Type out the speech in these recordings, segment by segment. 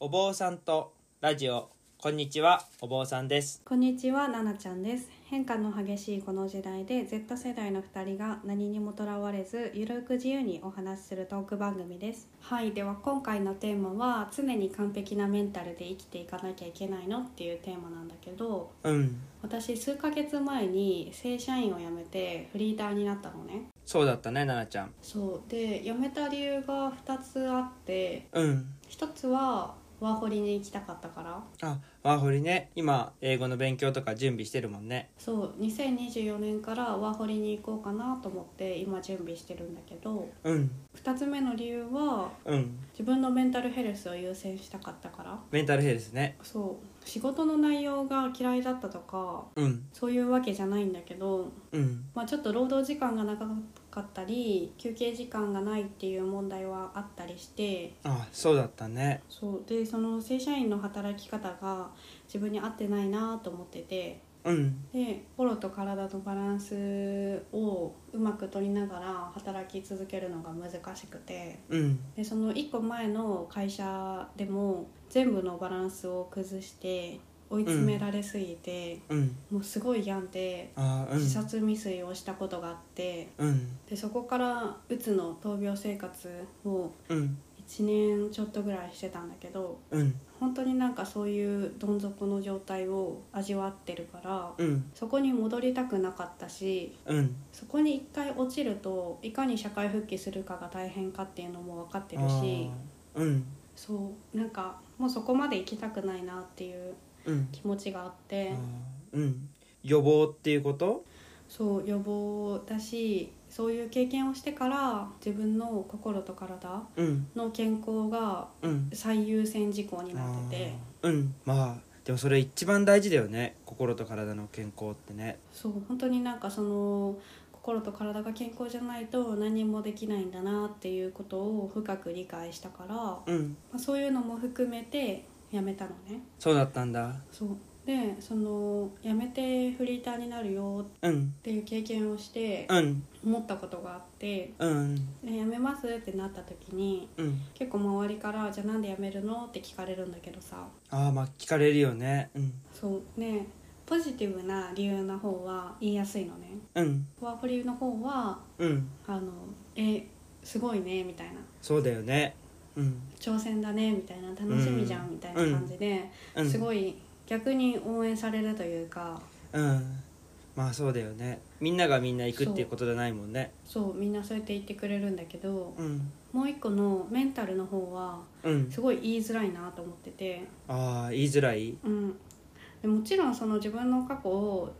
お坊さんとラジオこんにちはお坊さんですこんにちは、ななちゃんです。変化の激しいこの時代で Z 世代の2人が何にもとらわれずゆるく自由にお話しするトーク番組です。はい、では今回のテーマは「常に完璧なメンタルで生きていかなきゃいけないの?」っていうテーマなんだけどうん私数ヶ月前に正社員を辞めてフリーターになったのね。そうだったねななちゃんそうで辞めた理由が2つあってうん1つはワーホリに行きたかったからあワーホリね今英語の勉強とか準備してるもんねそう2024年からワーホリに行こうかなと思って今準備してるんだけどうん2つ目の理由はうん自分のメンタルヘルスを優先したかったからメンタルヘルスねそう仕事の内容が嫌いだったとかうんそういうわけじゃないんだけど、うんまあ、ちょっと労働時間が長かったり休憩時間がないっていう問題はあったりしてあそうだったねそうでその正社員の働き方が自分に合ってないなと思っててうんで心と体のバランスをうまく取りながら働き続けるのが難しくてうんでその1個前の会社でも全部のバランスを崩して追い詰められすぎて、うんもうすごい病んであうん自殺未遂をしたことがあってうんでそこからうつの闘病生活をうん1年ちょっとぐらいしてたんだけどうん本当になんかそういうどん底の状態を味わってるから。うんそこに戻りたくなかったしうんそこに一回落ちるといかに社会復帰するかが大変かっていうのも分かってるしあーうんそうなんかもうそこまで行きたくないなっていううん気持ちがあってあーうん予防っていうことそう予防だしそういう経験をしてから自分の心と体うんの健康がうん最優先事項になっててあーうんまあでもそれ一番大事だよね心と体の健康ってねそう本当になんかその心と体が健康じゃないと何もできないんだなっていうことを深く理解したからうんまあ、そういうのも含めて辞めたのねそうだったんだそうでその辞めてフリーターになるようんっていう経験をしてうん思ったことがあってうんで辞めますってなった時にうん結構周りから「じゃあなんで辞めるの?」って聞かれるんだけどさああまあ聞かれるよねうんそうねポジティブな理由の方は言いやすいのねうんワーホリの方はうん「あのえすごいね」みたいなそうだよねうん「挑戦だね」みたいな「楽しみじゃん」みたいな感じで、うんすごい逆に応援されるというかうんまあそうだよねみんながみんな行くっていうことじゃないもんねそうみんなそうやって言ってくれるんだけどうんもう一個のメンタルの方はうんすごい言いづらいなと思ってて、ああ言いづらいうん、でもちろんその自分の過去を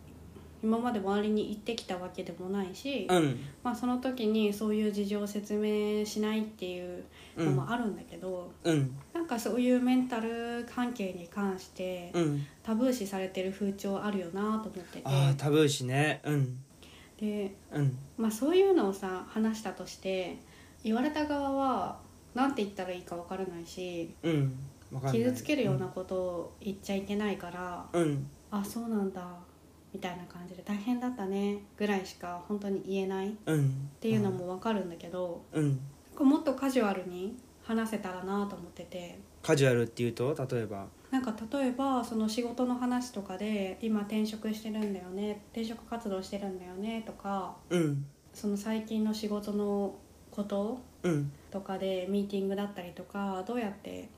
今まで周りに言ってきたわけでもないし、うんまあ、その時にそういう事情を説明しないっていううのんもあるんだけど、うんなんかそういうメンタル関係に関してうんタブー視されてる風潮あるよなと思ってああてタブーしねうんで、うんまあ、そういうのをさ話したとして言われた側は何て言ったらいいか分からないしうんわかんない傷つけるようなことを言っちゃいけないから、うんあそうなんだみたいな感じで大変だったねぐらいしか本当に言えないっうんっていうのも分かるんだけど、うんもっとカジュアルに話せたらなと思っててカジュアルっていうと例えばなんか例えばその仕事の話とかで今転職してるんだよね転職活動してるんだよねとかうんその最近の仕事のことうんとかでミーティングだったりとかどうやって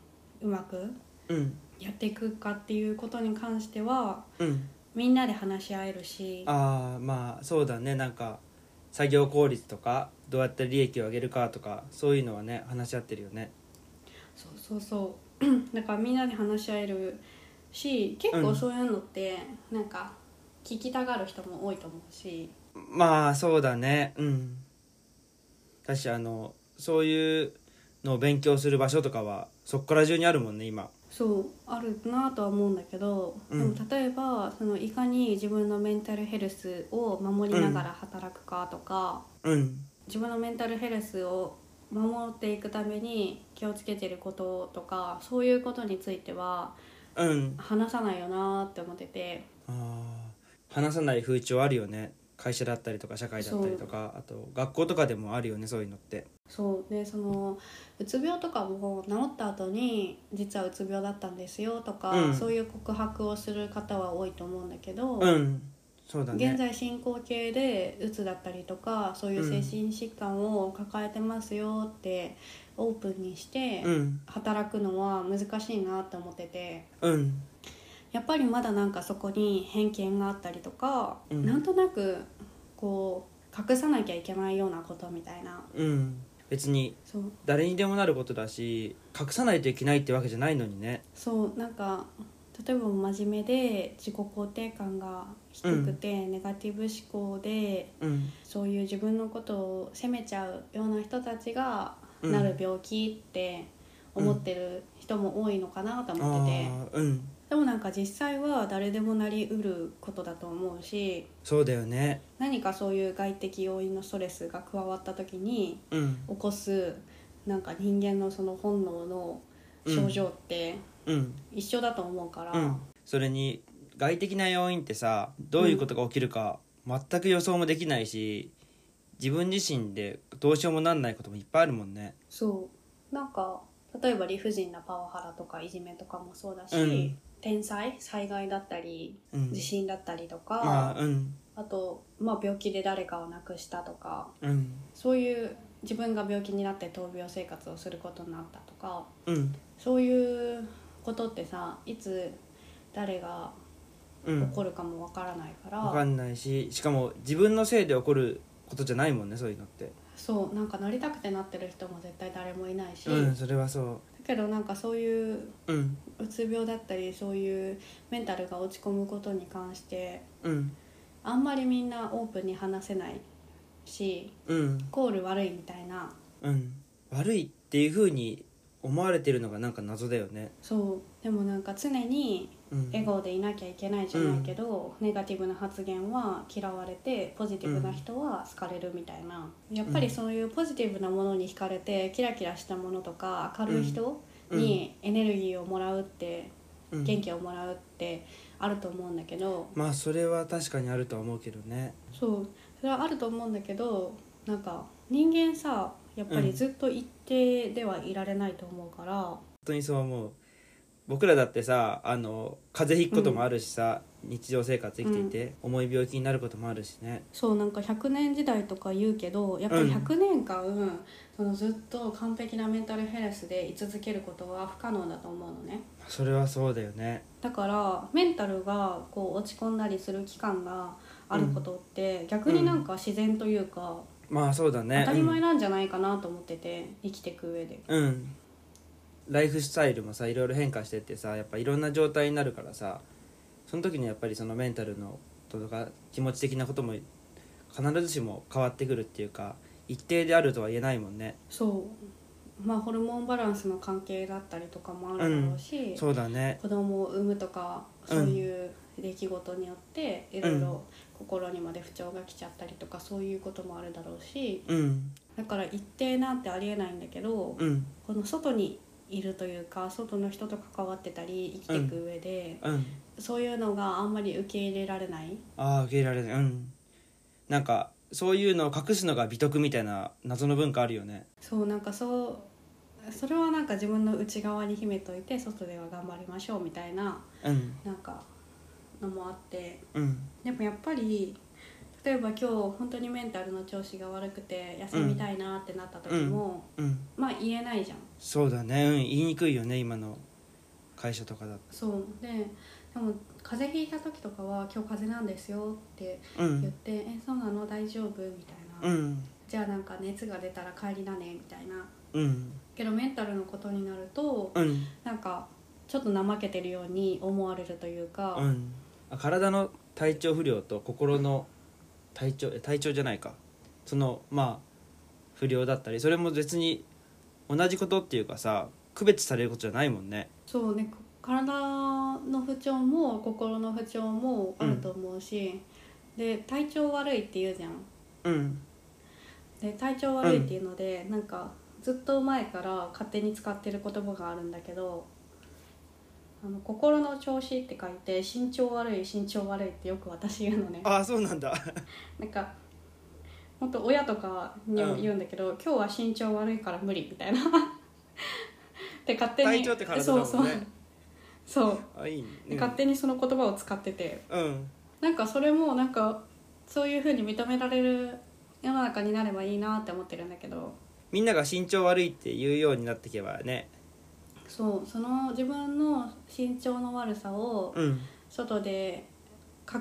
うまくうんやっていくかっていうことに関してはうんみんなで話し合えるしああまあそうだねなんか作業効率とかどうやって利益を上げるかとかそういうのはね話し合ってるよねそうそうそう だからみんなで話し合えるし結う構んそういうのってなんか聞きたがる人も多いと思うし、まあそうだねうんだしあのそういうのを勉強する場所とかはそこから中にあるもんね今そうあるなとは思うんだけど、うんでも例えばそのいかに自分のメンタルヘルスを守りながら働くかとか、うん自分のメンタルヘルスを守っていくために気をつけてることとかそういうことについてはうん話さないよなって思っててああ話さない風潮あるよね会社だったりとか社会だったりとかあと学校とかでもあるよねそういうのってそうでそのうつ病とかも治った後に実はうつ病だったんですよとか、うんそういう告白をする方は多いと思うんだけど、うんそうだね現在進行形でうつだったりとかそういう精神疾患を抱えてますよってオープンにしてうん働くのは難しいなって思っててうんやっぱりまだなんかそこに偏見があったりとか、うんなんとなくこう隠さなきゃいけないようなことみたいなうん別にそう誰にでもなることだし隠さないといけないってわけじゃないのにねそうなんか例えば真面目で自己肯定感が低くて、ネガティブ思考でうんそういう自分のことを責めちゃうような人たちがうんなる病気って思ってる人も多いのかなと思ってて、あーうんでもなんか実際は誰でもなりうることだと思うしそうだよね何かそういう外的要因のストレスが加わった時にうん起こすなんか人間のその本能の症状ってうん一緒だと思うから。うんそれに外的な要因ってさどういうことが起きるか全く予想もできないし自分自身でどうしようもなんないこともいっぱいあるもんねそうなんか例えば理不尽なパワハラとかいじめとかもそうだし、うん天災災害だったりうん地震だったりとか、まあうんあと、まあ、病気で誰かを亡くしたとかうんそういう自分が病気になって闘病生活をすることになったとかうんそういうことってさいつ誰がう起んこるかもわからないから、わかんないししかも自分のせいで起こることじゃないもんねそういうのってそうなんかなりたくてなってる人も絶対誰もいないうし、だんそれはそけどなんかそういうううんうつ病だったりそういうメンタルが落ち込むことに関してうんあんまりみんなオープンに話せないしうんイコール悪いみたいなうん悪いっていうふうに思われてるのがなんか謎だよねそうでもなんか常にうん笑顔でいなきゃいけないじゃないけど、ネガティブな発言は嫌われてポジティブな人は好かれるみたいな、やっぱりそういうポジティブなものに惹かれてキラキラしたものとか明るい人にエネルギーをもらうって、うん元気をもらうってあると思うんだけど、まあそれは確かにあるとは思うけどねそうそれはあると思うんだけどなんか人間さやっぱりずっと一定ではいられないと思うから、本当にそう思う僕らだってさあの風邪ひくこともあるしさ、日常生活生きていて、重い病気になることもあるしねそうなんか100年時代とか言うけどやっぱりうん100年間、そのずっと完璧なメンタルヘルスで居続けることは不可能だと思うのねそれはそうだよねだからメンタルがこう落ち込んだりする期間があることって、逆になんか自然というか、まあそうだね当たり前なんじゃないかなと思ってて、生きていく上で。うん、うんライフスタイルもさいろいろ変化してってさやっぱいろんな状態になるからさその時にやっぱりそのメンタルのこととか気持ち的なことも必ずしも変わってくるっていうか一定であるとは言えないもんねそうまあホルモンバランスの関係だったりとかもあるだろうし、そうだね子供を産むとかうそんういう出来事によっていろいろ心にまで不調が来ちゃったりとかそういうこともあるだろうしうんだから一定なんてありえないんだけど、うんこの外にいるというか外の人と関わってたり生きていく上で、うんそういうのがあんまり受け入れられないああ受け入れられないうんなんかそういうのを隠すのが美徳みたいな謎の文化あるよねそうなんかそうそれはなんか自分の内側に秘めといて外では頑張りましょうみたいなうんなんかのもあってうんでもやっぱり例えば今日本当にメンタルの調子が悪くて休みたいなってなった時も、うんまあ言えないじゃんそうだねうん言いにくいよね今の会社とかだとそうででも風邪ひいた時とかは「今日風邪なんですよ」ってう言っんて「えそうなの大丈夫?」みたいな、うんじゃあなんか熱が出たら帰りなね」みたいなうんけどメンタルのことになるとうんなんかちょっと怠けてるように思われるというか、うんあ体の体調不良と心の体調え体調じゃないかそのまあ不良だったりそれも別に同じことっていうかさ区別されることじゃないもんねそうねこ体の不調も心の不調もあると思うし、で体調悪いって言うじゃんうんで体調悪いっていうので、なんかずっと前から勝手に使ってる言葉があるんだけどあの心の調子って書いて身長悪い身長悪いってよく私言うのねああそうなんだなんか本当親とかにも言うんだけど、今日は身長悪いから無理みたいな って勝手に体調って体だもんねそうそうそうあいいねで勝手にその言葉を使っててうんなんかそれもなんかそういうふうに認められる世の中になればいいなって思ってるんだけどみんなが身長悪いって言うようになっていけばねそうその自分の身長の悪さをうん外で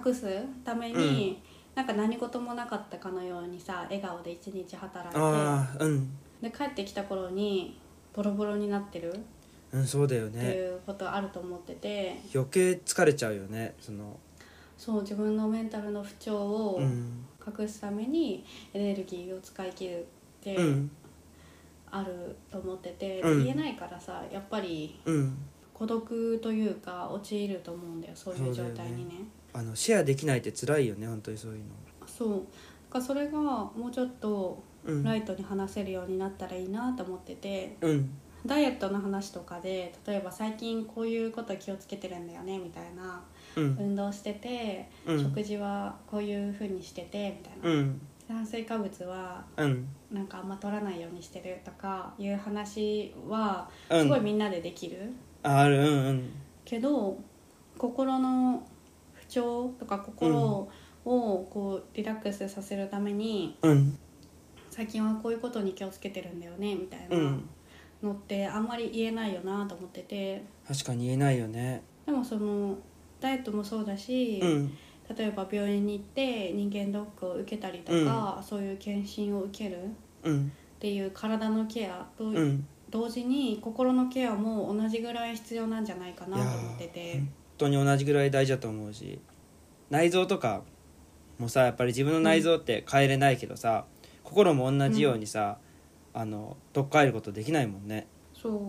隠すために、なんか何事もなかったかのようにさ笑顔で一日働いああうんてで帰ってきた頃にボロボロになってるっうんそうだよてねいうことあると思ってて、余計疲れちゃうよねそのそう自分のメンタルの不調をうん隠すためにエネルギーを使い切るってうんあると思ってて、うん言えないからさやっぱりうん孤独というか陥ると思うんだよそういう状態にね。あのシェアできないって辛いよね本当にそういうのそうだからそれがもうちょっとうんライトに話せるようになったらいいなと思っててうんダイエットの話とかで例えば最近こういうこと気をつけてるんだよねみたいなうん運動してて、うん食事はこういう風にしててみたいな、うん炭水化物はうんなんかあんま取らないようにしてるとかいう話はうんすごいみんなでできる、ああるうんうんけど心の不調とか心をこうリラックスさせるために、うん最近はこういうことに気をつけてるんだよねみたいうなんのってあんまり言えないよなと思ってて確かに言えないよねでもそのダイエットもそうだし、うん例えば病院に行って人間ドックを受けたりとか、そういう検診を受けるっうんていう体のケアとうん同時に心のケアも同じぐらい必要なんじゃないかなと思っていやーて本当に同じぐらい大事だと思うし内臓とかもさやっぱり自分の内臓って変えれないけどさ、心も同じようにさ、あのどっかえることできないもんねそう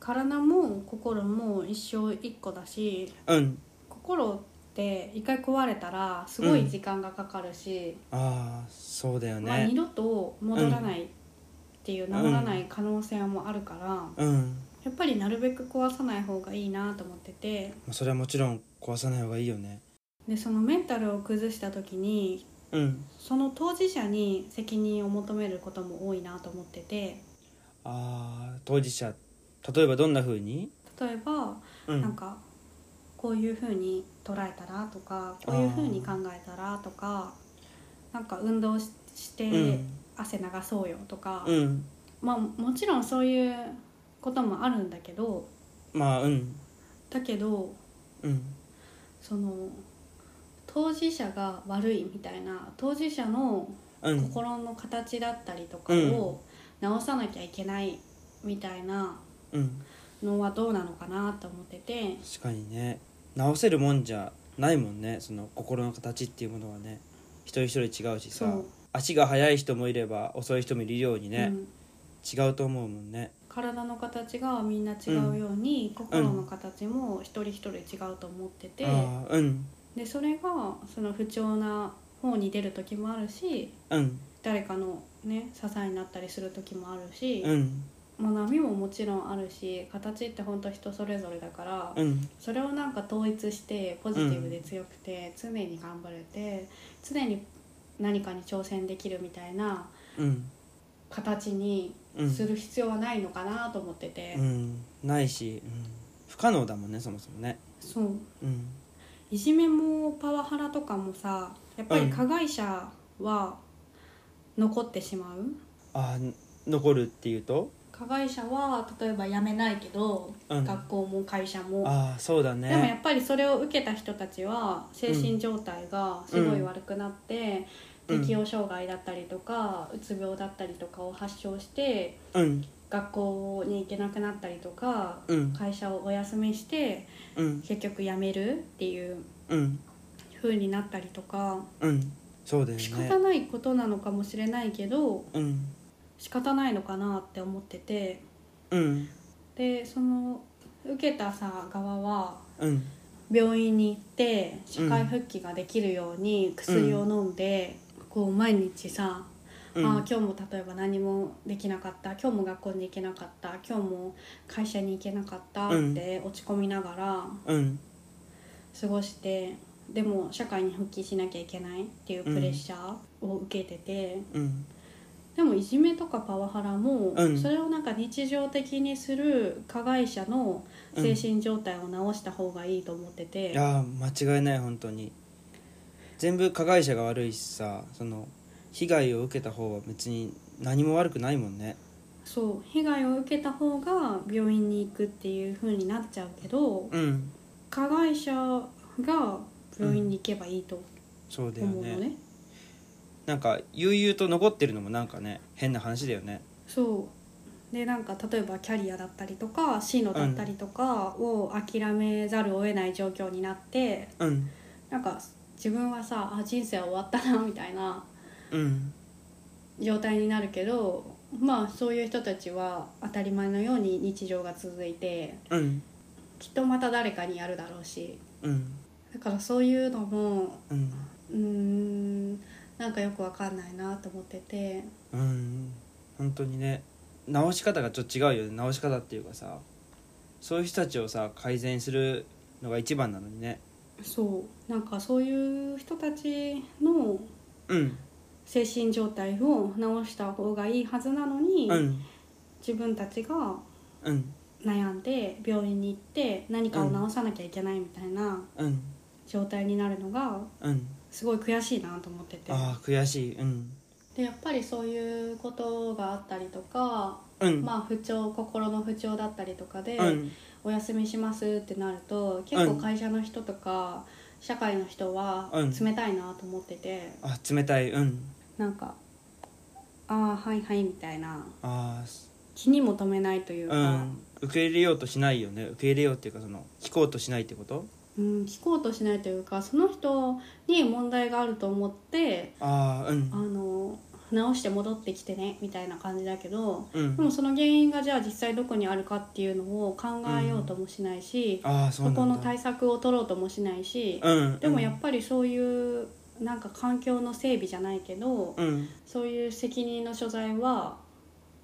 体も心も一生一個だしうん心って一回壊れたらすごい時間がかかるし、ああそうだよまあ、二ね度と戻らないっていう、うん治らない可能性もあるから、うんやっぱりなるべく壊さない方がいいなと思っててまあそれはもちろん壊さない方がいいよねでそのメンタルを崩した時にうんその当事者に責任を求めることも多いなと思っててああ当事者例えばどんな風に例えば、うなんんかこういうふうに捉えたらとかこういうふうに考えたらとかなんか運動ししてうん汗流そうよとか、うんまあもちろんそういうこともあるんだけどまあうんだけどうんその当事者が悪いみたいな当事者のうん心の形だったりとかうんを直さなきゃいけないみたいなうんのはどうなのかなと思ってて確かにね直せるもんじゃないもんねその心の形っていうものはね一人一人違うしそさう、足が速い人もいれば遅い人もいるようにうね、ん違うと思うもんね体の形がみんな違うように、心の形も一人一人違うと思ってて、ああうんでそれがその不調な方に出る時もあるしうん誰かのね支えになったりする時もあるし、うんまあ、波ももちろんあるし形って本当人それぞれだから、うんそれをなんか統一してポジティブで強くて、常に頑張れて常に何かに挑戦できるみたいなうん形にうんする必要はないのかなと思ってて、うんないし、うん、不可能だもんねそもそもねそううんいじめもパワハラとかもさやっぱうりん加害者は残ってしまう、ああ残るっていうと加害者は例えば辞めないけど、うん学校も会社もああそうだねでもやっぱりそれを受けた人たちは精神状態がすごい悪くなって、うん適応障害だったりとかうつ病だったりとかを発症してうん学校に行けなくなったりとか、うん会社をお休みしてうん結局辞めるっていううん風になったりとかうんそうだよ仕ね方ないことなのかもしれないけどうん仕方ないのかなって思っててうんでその受けたさ側はうん病院に行って社会復帰ができるように薬を飲んで、こう毎日さうんあー今日も例えば何もできなかった今日も学校に行けなかった今日も会社に行けなかったって落ち込みながらうん過ごして、でも社会に復帰しなきゃいけないっていうプレッシャーを受けてて、うんでもいじめとかパワハラも、うんそれをなんか日常的にする加害者の精神状態を直した方がいいと思ってて。いやー間違いない本当に全部加害者が悪いしさその被害を受けた方は別に何も悪くないもんねそう被害を受けた方が病院に行くっていう風になっちゃうけどうん加害者が病院に行けばいいとそうだよ思うのね,、ねなんか悠々と残ってるのもなんかね変な話だよねそうでなんか例えばキャリアだったりとか進路だったりとかを諦めざるを得ない状況になってうんなんか自分はさあ人生は終わったなみたいなうん状態になるけどまあそういう人たちは当たり前のように日常が続いてうんきっとまた誰かにやるだろうしうんだからそういうのもうんうーんなんかよくわかんないなと思っててうん本当にね直し方がちょっと違うよね直し方っていうかさそういう人たちをさ改善するのが一番なのにねそうなんかそういう人たちのうん精神状態を直した方がいいはずなのに、うん自分たちがうん悩んで病院に行って何かを治さなきゃいけないみたいなうん状態になるのがうんすごい悔しいなと思っててああ悔しいうんでやっぱりそういうことがあったりとか、うん、まあ不調心の不調だったりとかで、うんお休みしますってなると結構会社の人とか、社会の人はうん冷たいなと思ってて、あ冷たいうんなんか「ああはいはい」みたいなああす気にも留めないといううか、ん受け入れようとしないよね受け入れようっていうかその聞こうとしないってことうん聞こうとしないというかその人に問題があると思ってああうあんの直して戻ってきてねみたいな感じだけどうでもんその原因がじゃあ実際どこにあるかっていうのを考えようともしないし、ああそうそなこのんだ対策を取ろうともしないし、うんでもやっぱりそういうなんか環境の整備じゃないけど、うんそういう責任の所在は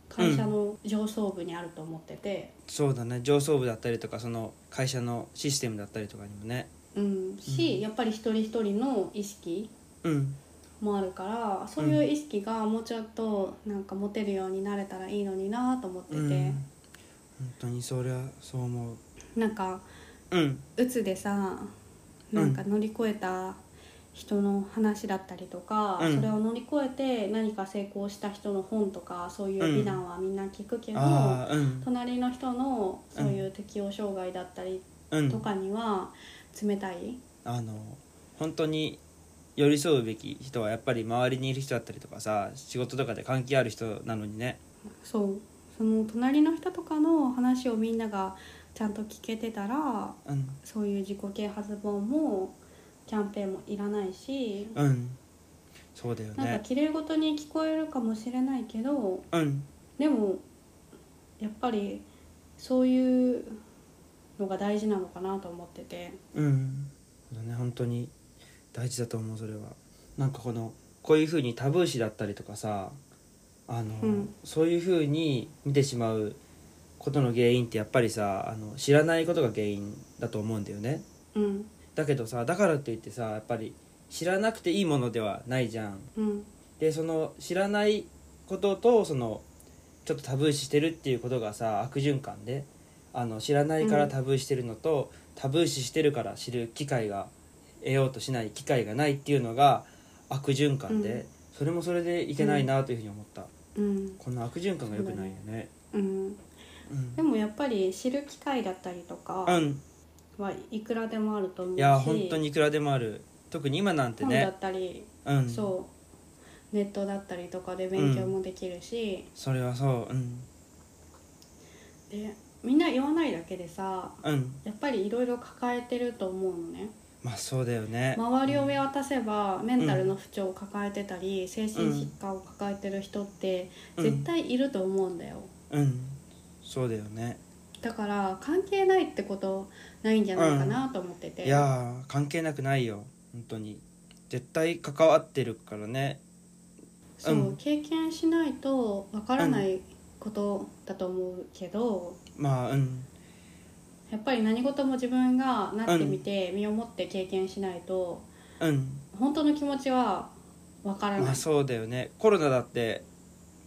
会社の上層部にあると思ってて、そうだね上層部だったりとかその会社のシステムだったりとかにもねうん、し、うんやっぱり一人一人の意識うんもあるからそういう意識がもうちょっとなんか持てるようになれたらいいのになと思ってて、うん、本当にそりゃそう思うなんかうんうつでさなんか乗り越えた人の話だったりとか、うんそれを乗り越えて何か成功した人の本とかそういう美談はみんな聞くけど、ああうん隣の人のそういう適応障害だったりうんとかには冷たい、あの本当に寄り添うべき人はやっぱり周りにいる人だったりとかさ仕事とかで関係ある人なのにねそうその隣の人とかの話をみんながちゃんと聞けてたらうんそういう自己啓発本もキャンペーンもいらないし、うんそうだよなんかね綺麗事に聞こえるかもしれないけどうんでもやっぱりそういうのが大事なのかなと思ってて。うんだね本当に大事だと思うそれはなんかこのこういうふうにタブー視だったりとかさあの、うんそういうふうに見てしまうことの原因ってやっぱりさあの知らないことが原因だと思うんだよねうんだけどさだからといってさやっぱり知らなくていいものではないじゃんうんでその知らないこととそのちょっとタブー視してるっていうことがさ悪循環であの知らないからタブー視してるのと、タブー視してるから知る機会が得ようとしない機会がないっていうのが悪循環で、うんそれもそれでいけないなというふうに思った、うんこの悪循環が良くないよねうん、うんでもやっぱり知る機会だったりとか、うんはいくらでもあると思うしいや本当にいくらでもある特に今なんて本だねったり、うんそうネットだったりとかで勉強もできるし、それはそううんでみんな言わないだけでさうんやっぱりいろいろ抱えてると思うのねまあそうだよね周りを見渡せばメンタルの不調を抱えてたり、精神疾患を抱えてる人ってうん絶対いると思うんだよ、うんそうだよねだから関係ないってことないんじゃないかなと思ってて、いやー関係なくないよ本当に絶対関わってるからねそう、うん経験しないとわからないことだと思うけど、まあうんやっぱり何事も自分がなってみて、身をもって経験しないとうん本当の気持ちはわからない、まあそうだよねコロナだって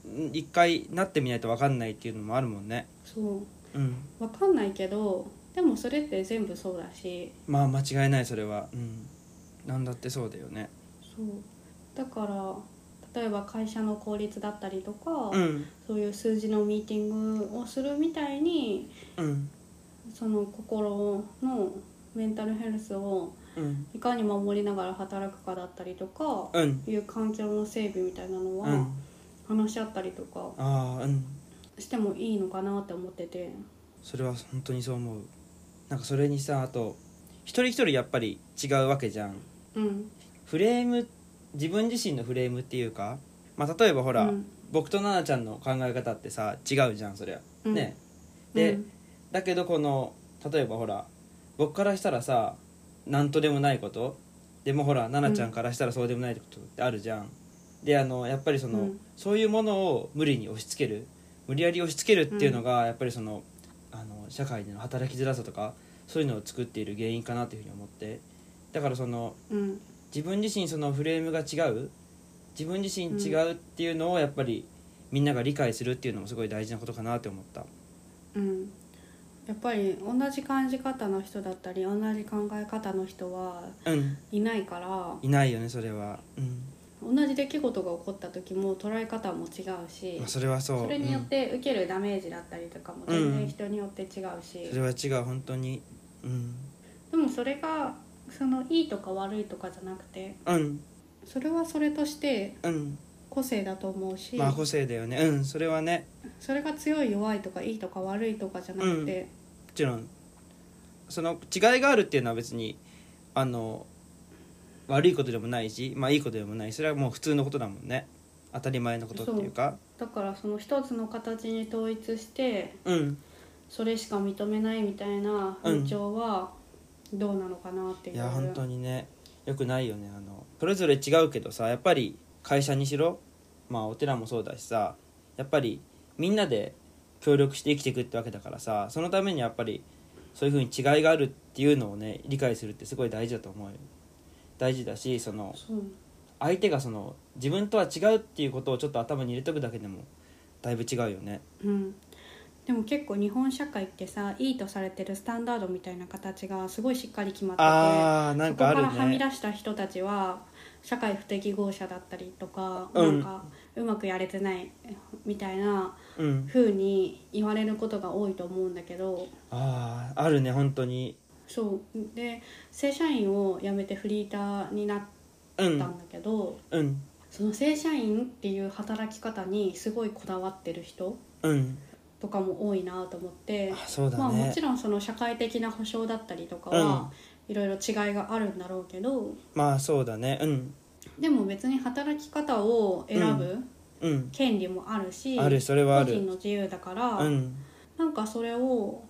ん一回なってみないと分かんないっていうのもあるもんねそううんわかんないけどでもそれって全部そうだしまあ間違いないそれはうんなんだってそうだよねそうだから例えば会社の効率だったりとか、うんそういう数字のミーティングをするみたいにうんその心のメンタルヘルスをうんいかに守りながら働くかだったりとか、うんいう環境の整備みたいなのうんは話し合ったりとかああうんしてもいいのかなって思っててそれは本当にそう思うなんかそれにさあと一人一人やっぱり違うわけじゃんうんフレーム自分自身のフレームっていうか、まあ、例えばほら、うん僕と奈々ちゃんの考え方ってさ違うじゃんそりゃ、うんねで、うんだけどこの例えばほら僕からしたらさ何とでもないことでもほら奈々ちゃんからしたらそうでもないことってあるじゃん、であのやっぱりその、うんそういうものを無理に押し付ける無理やり押し付けるっていうのがやっぱりその,、あの社会での働きづらさとかそういうのを作っている原因かなというふうに思ってだからそのうん自分自身そのフレームが違う自分自身違うっていうのをやっぱりみんなが理解するっていうのもすごい大事なことかなって思ったうん、やっぱり同じ感じ方の人だったり同じ考え方の人はうんいないからいないよねそれはうん、同じ出来事が起こった時も捉え方も違うしまあ、それはそうそれによって受けるダメージだったりとかも全然人によって違ううしん、それは違う本当にうんでもそれがそのいいとか悪いとかじゃなくてうんそれはそれとしてうん個性だと思うし、まあ個性だよねうんそれはねそれが強い弱いとかいいとか悪いとかじゃなくて、もちろんその違いがあるっていうのは別にあの悪いことでもないしまあいいことでもないそれはもう普通のことだもんね当たり前のことっていうかだからその一つの形に統一してうんそれしか認めないみたいな風潮はどうなのかなっていう、いや本当にねよくないよねあのそれぞれ違うけどさやっぱり会社にしろまあお寺もそうだしさやっぱりみんなで協力して生きていくってわけだからさそのためにやっぱりそういうふうに違いがあるっていうのをね理解するってすごい大事だと思うよ大事だしそのそう相手がその自分とは違うっていうことをちょっと頭に入れとくだけでもだいぶ違うよねうんでも結構日本社会ってさいいとされてるスタンダードみたいな形がすごいしっかり決まってあーてなんかあるそこからはみね出した人たちは社会不適合者だったりとか、うんなんかうまくやれてないみたいなうん風に言われることが多いと思うんだけどあああるね本当にそうで正社員を辞めてフリーターになっうたんだんけど、うんその正社員っていう働き方にすごいこだわってる人うんとかも多いなと思って、あそうだね、まあ、もちろんその社会的な保障だったりとかはいろいろ違いがあるんだろうけど、まあそうだねうんでも別に働き方を選ぶうん権利もあるし、あるそれはあ個人るの自由だから、うんなんかそれを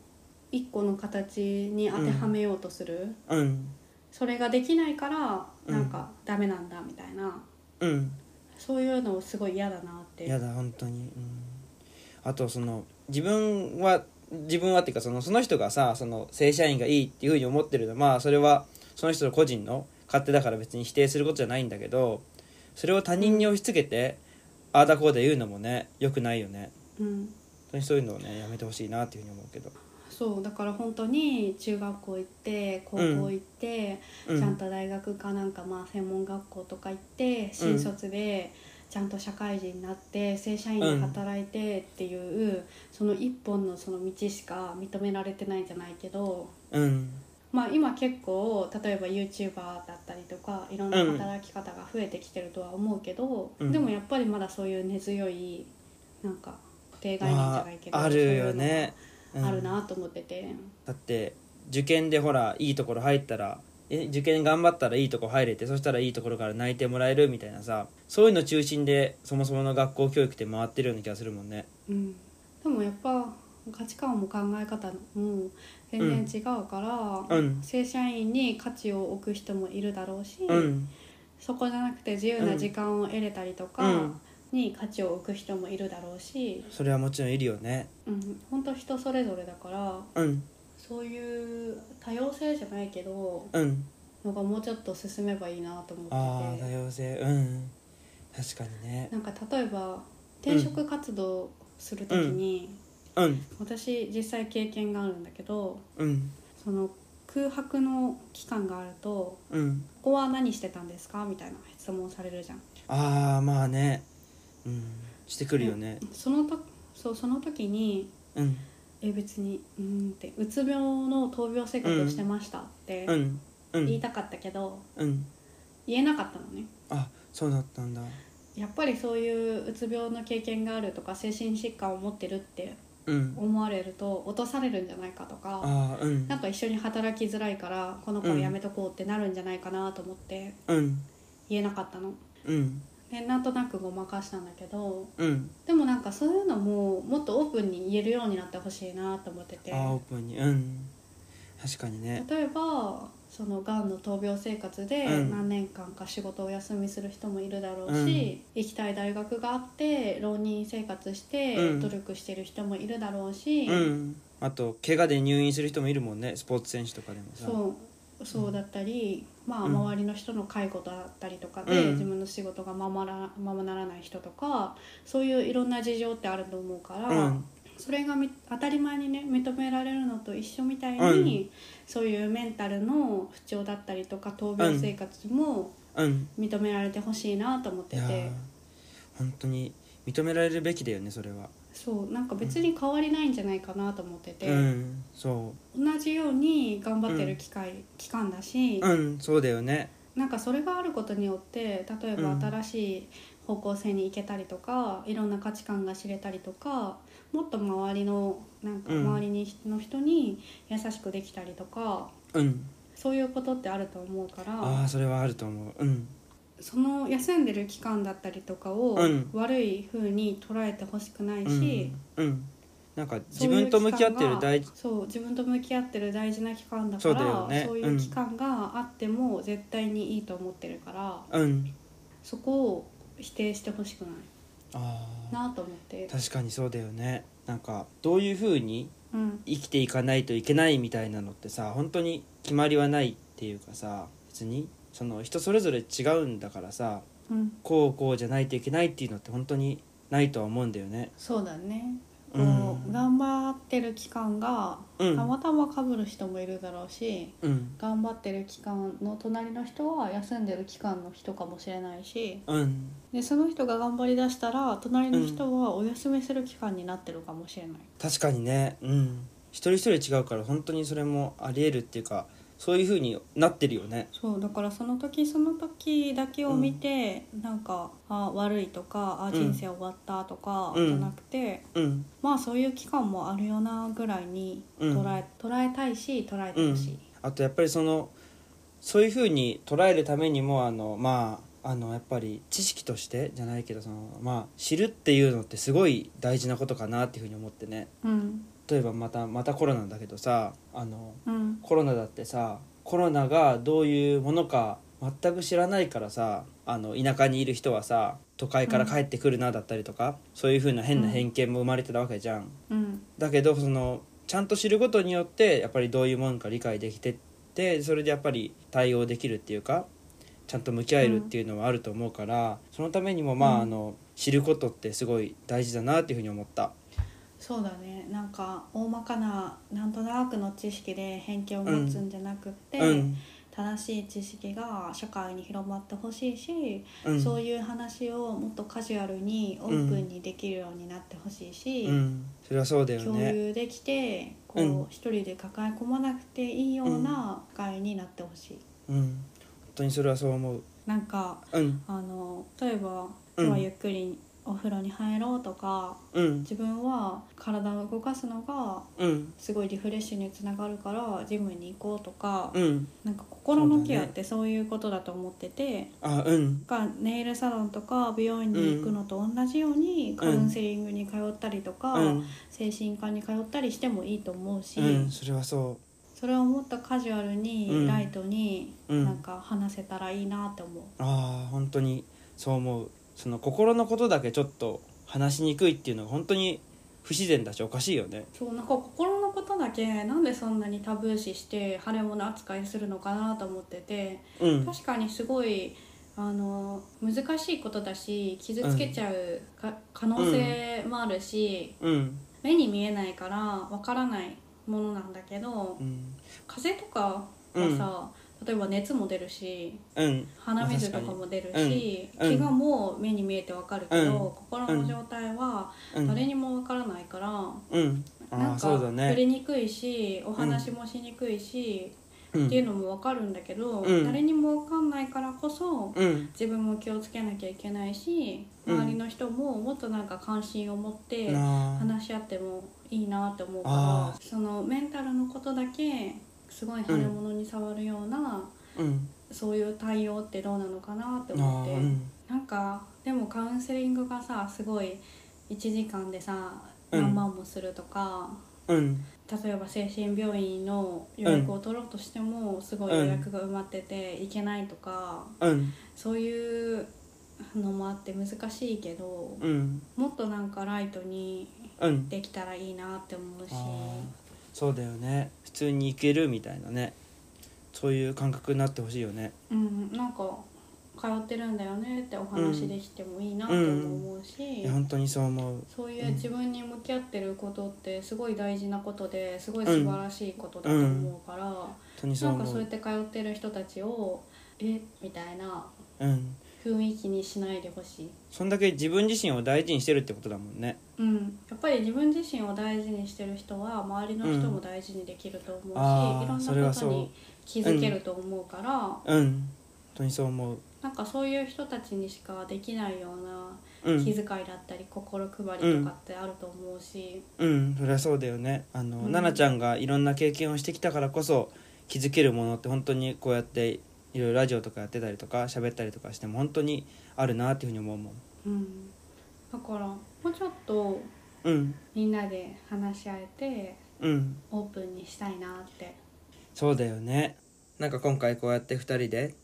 一個の形に当てはめようとする、うんそれができないからうんなんかダメなんだみたいな、うんそういうのをすごい嫌だなって。やだ本当に、うん、あとその自分は自分はっていうかそのその人がさその正社員がいいっていうふうに思ってるのはまあそれはその人の個人の勝手だから別に否定することじゃないんだけどそれを他人に押し付けて、ああだこうだ言うのもねよくないよねうん本当にそういうのをねやめてほしいなっていうふうに思うけど、そうだから本当に中学校行って高校行って、うん、ちゃんと大学かなんかまあ専門学校とか行って新卒でちゃんと社会人になって正社員で働いてっていう、その一本のその道しか認められてないじゃないけど。うんまあ、今結構例えば YouTuber だったりとかいろんな働き方が増えてきてるとは思うけど、うんでもやっぱりまだそういう根強いなんか固定概念じゃまないけど、ああるよねそういうのがあうるんなと思ってて。だって受験でほらいいところ入ったらえ受験頑張ったらいいとこ入れてそしたらいいところから泣いてもらえるみたいなさそういうの中心でそもそもの学校教育って回ってるような気がするもんねうん、でもやっぱ価値観も考え方も全然違うから、うん正社員に価値を置く人もいるだろうし、うんそこじゃなくて自由な時間を得れたりとか、うんに価値を置く人もいるだろうし、それはもちろんいるよねうん、本当人それぞれだかうらんそういう多様性じゃないけどうんのがもうちょっと進めばいいなと思あっあて多て様性うん確かにねなんか例えば転職活動する時に、うん私実際経験があるんだけどうんその空白の期間があるとうん「ここは何してたんですか?」みたいな質問されるじゃん。ああまあねうんしてくるよねそのとそうその時にうんえ別にうーんってうつ病の闘病生活をしてましたってうんう言いんたかったけど、うん言えなかったのねあそうだったんだやっぱりそういううつ病の経験があるとか精神疾患を持ってるってうん思われると落とされるんじゃないかとかああうんなんか一緒に働きづらいからこの子はやめとこうってなるんじゃないかなと思ってうん言えなかったの。うんでなんとなくごまかしたんだけどうんでもなんかそういうのももっとオープンに言えるようになってほしいなと思っててああオープンにうん確かにね例えばそのがんの闘病生活でうん何年間か仕事をお休みする人もいるだろううんし、行きたい大学があって浪人生活してうん努力してる人もいるだろうし、うんあと怪我で入院する人もいるもんねスポーツ選手とかでもさそうそうだったり、まあうん周りの人の介護だったりとかで、うん自分の仕事がままらままならない人とかそういういろんな事情ってあると思うから。うんそれがみ当たり前にね認められるのと一緒みたいに、うんそういうメンタルの不調だったりとか闘病生活もうん認められてほしいなと思っいてやてー本当に認められるべきだよねそれはそうなんか別に変わりないんじゃないかなと思ってて、うんそ同じように頑張ってる機会、期間だし、ううんそうだよねなんかそれがあることによって例えうばん新しい方向性に行けたりとか、いろんな価値観が知れたりとかもっと周りのなんかうん周りにの人に優しくできたりとか。うんそういうことってあると思うかああらそれはあると思ううんその休んでる期間だったりとかをうん悪い風に捉えてほしくないし、うん、うん、なんかそ自ういう分と向き合ってる大期間がそう自分と向き合ってる大事な期間だかそうらだよねそういう期間があっても絶対にいいと思ってるから、うんそこを否定してほしくないああなと思って、確かにそうだよねなんかどういうふうにうん生きていかないといけないみたいなのってさ本当に決まりはないっていうかさ別にその人それぞれ違うんだからさうん、こうこうじゃないといけないっていうのって本当にないとは思うんだよね。そうだねこううん頑張ってる期間がうたんまたまかぶる人もいるだろうし、うん頑張ってる期間の隣の人は休んでる期間の人かもしれないしうんでその人が頑張りだしたら隣の人はお休みする期間になってるかもしれない、確かにね、うん、一人一人違うから本当にそれもありえるっていうかそういうふうになってるよね。そうだからその時その時だけを見て、なんかあ悪いとかあん人生終わったとかうんじゃなくて、うんまあそういう期間もあるよなぐらいに捉え,、捉えたいし捉えてほしい、あとやっぱりそのそういうふうに捉えるためにもあのまああのやっぱり知識としてじゃないけどその、まあ、知るっていうのってすごい大事なことかなっていうふうに思ってねうん例えばまたまたコロナだけどさあのうんコロナだってさコロナがどういうものか全く知らないからさあの田舎にいる人はさ都会から帰ってくるなだったりとか、そういうふうな変な偏見も生まれてたわけじゃんうんだけどそのちゃんと知ることによってやっぱりどういうもんか理解できてってそれでやっぱり対応できるっていうかちゃんと向き合えるっていうのはあると思うから、そのためにもまあ,、うんあの知ることってすごい大事だなっていうふうに思った。そうだねなんか大まかななんとなくの知識で偏見を持つんじゃなくって、うん正しい知識が社会に広まってほしいし、うんそういう話をもっとカジュアルにオープンにできるようになってほしいし、うん、それはそうだよ共ね。有できてこう、うん一人で抱え込まなくていいような社会になってほしい。うん、本当にそれはそう思う。なんかうん、あの例えばうん今ゆっくりお風呂に入ろうとかうん、自分は体を動かすのがうん、すごいリフレッシュにつながるからジムに行こうとか、うん、なんか心のケアってそういうことだと思ってて、あ、うん、なんかネイルサロンとか美容院に行くのと同じように、カウンセリングに通ったりとか、うん、精神科に通ったりしてもいいと思うし、うん、それはそそれをもっとカジュアルに、うんライトにう。うん、なんか話せたらいいなって思う。ああ、本当にそう思う。その心のことだけちょっと話しにくいっていうのが本当に不自然だしおかしいよねそうなんか心のことだけなんでそんなにタブー視して腫れ物扱いするのかなと思っててうん確かにすごいあの難しいことだし傷つけちゃうか、可能性もあるし、うん、目に見えないからわからないものなんだけどうん風邪とかはさ、例えば熱も出るしうん鼻水とかも出るし、確かにうん怪我も目に見えてわかるけど、うん心の状態はうん誰にもわからないから、うんあなんあかそうだ触れねにくいし、お話もしにくいし、うっていうんのもわかるんだけど、うん誰にもわかんないからこそ、うん自分も気をつけなきゃいけないしうん周りの人ももっとなんか関心を持ってなあ話し合ってもいいなって思うかあらそのメンタルのことだけすごい腫れ物に触るような、うんそういう対応ってどうなのかなってあ思あうって、んなんかでもカウンセリングがさすごい1時間でさうん何万もするとか。うん例えば精神病院の予約を取ろうとしてもすごい予約が埋まってて行けないとかうんそういうのもあって難しいけどうんもっとなんかライトにうんできたらいいなって思うしあーそうだよね普通に行けるみたいなねそういう感覚になってほしいよねうんなんか通ってるんだよねってお話できてもいいなっても思ういし、や本当にそう思うそういう自分に向き合ってることってすごい大事なことですごい素晴らしいことだと思うから、本当にそうなんか思そうやうって通ってる人たちを「えみたいなうん雰囲気にしないでほしい。そんだけ自分自身を大事にしてるってことだもんねうん、やっぱり自分自身を大事にしてる人は周りの人も大事にできると思うし、あーいそろんれなはこそとうに気づけると思うから、うん本当にそう思うなんかそういう人たちにしかできないようなうん気遣いだったり心配りとかってあると思うし、うんそりゃそうだよねあの、うん奈々ちゃんがいろんな経験をしてきたからこそ気づけるものって本当にこうやっていろいろラジオとかやってたりとか喋ったりとかしても本当にあるなっていうふうに思うもんうんだからもうちょっとうんみんなで話し合えてうんオープンにしたいなって。そうだよねなんか今回こうやって2人で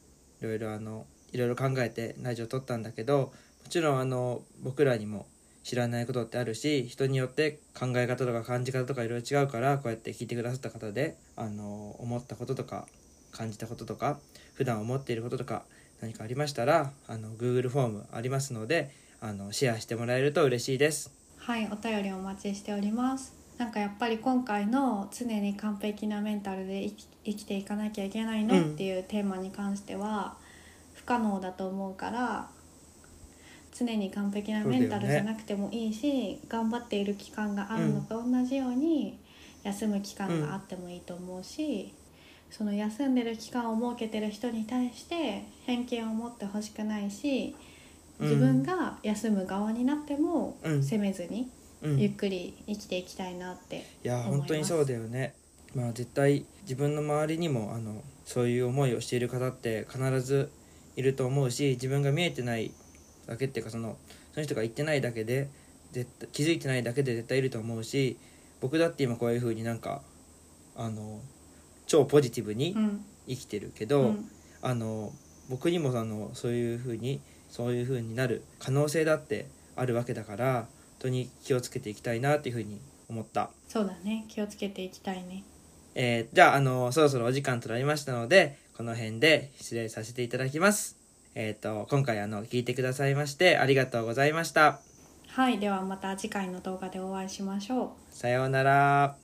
いろいろあのいろいろ考えてラジオ撮ったんだけどもちろんあの僕らにも知らないことってあるし人によって考え方とか感じ方とかいろいろ違うからこうやって聞いてくださった方であの思ったこととか感じたこととか普段思っていることとか何かありましたらあの Google フォームありますのであのシェアしてもらえると嬉しいです。はい、お便りお待ちしております。なんかやっぱり今回の常に完璧なメンタルで生き生きていかなきゃいけないのうんっていうテーマに関しては不可能だと思うから常に完璧なメンタルじゃなくてもいいし、頑張っている期間があるのと同じように休む期間があってもいいと思うし、その休んでる期間を設けてる人に対して偏見を持ってほしくないし自分が休む側になってもうん責めずにうんゆっくり生きていきたいなって、いや思います本当にそうだよねまあ絶対自分の周りにもあのそういう思いをしている方って必ずいると思うし自分が見えてないだけっていうかそのその人が言ってないだけで絶対気づいてないだけで絶対いると思うし僕だって今こういう風になんかあの超ポジティブにうん生きてるけど、うんあの僕にもあのそういう風にそういう風になる可能性だってあるわけだから本当に気をつけていきたいなっていう風に思った。そうだね気をつけていきたいねえーじゃあ、あの、そろそろお時間となりましたので、この辺で失礼させていただきます。えっ、と、今回あの、聞いてくださいまして、ありがとうございました。はいではまた次回の動画でお会いしましょうさようなら。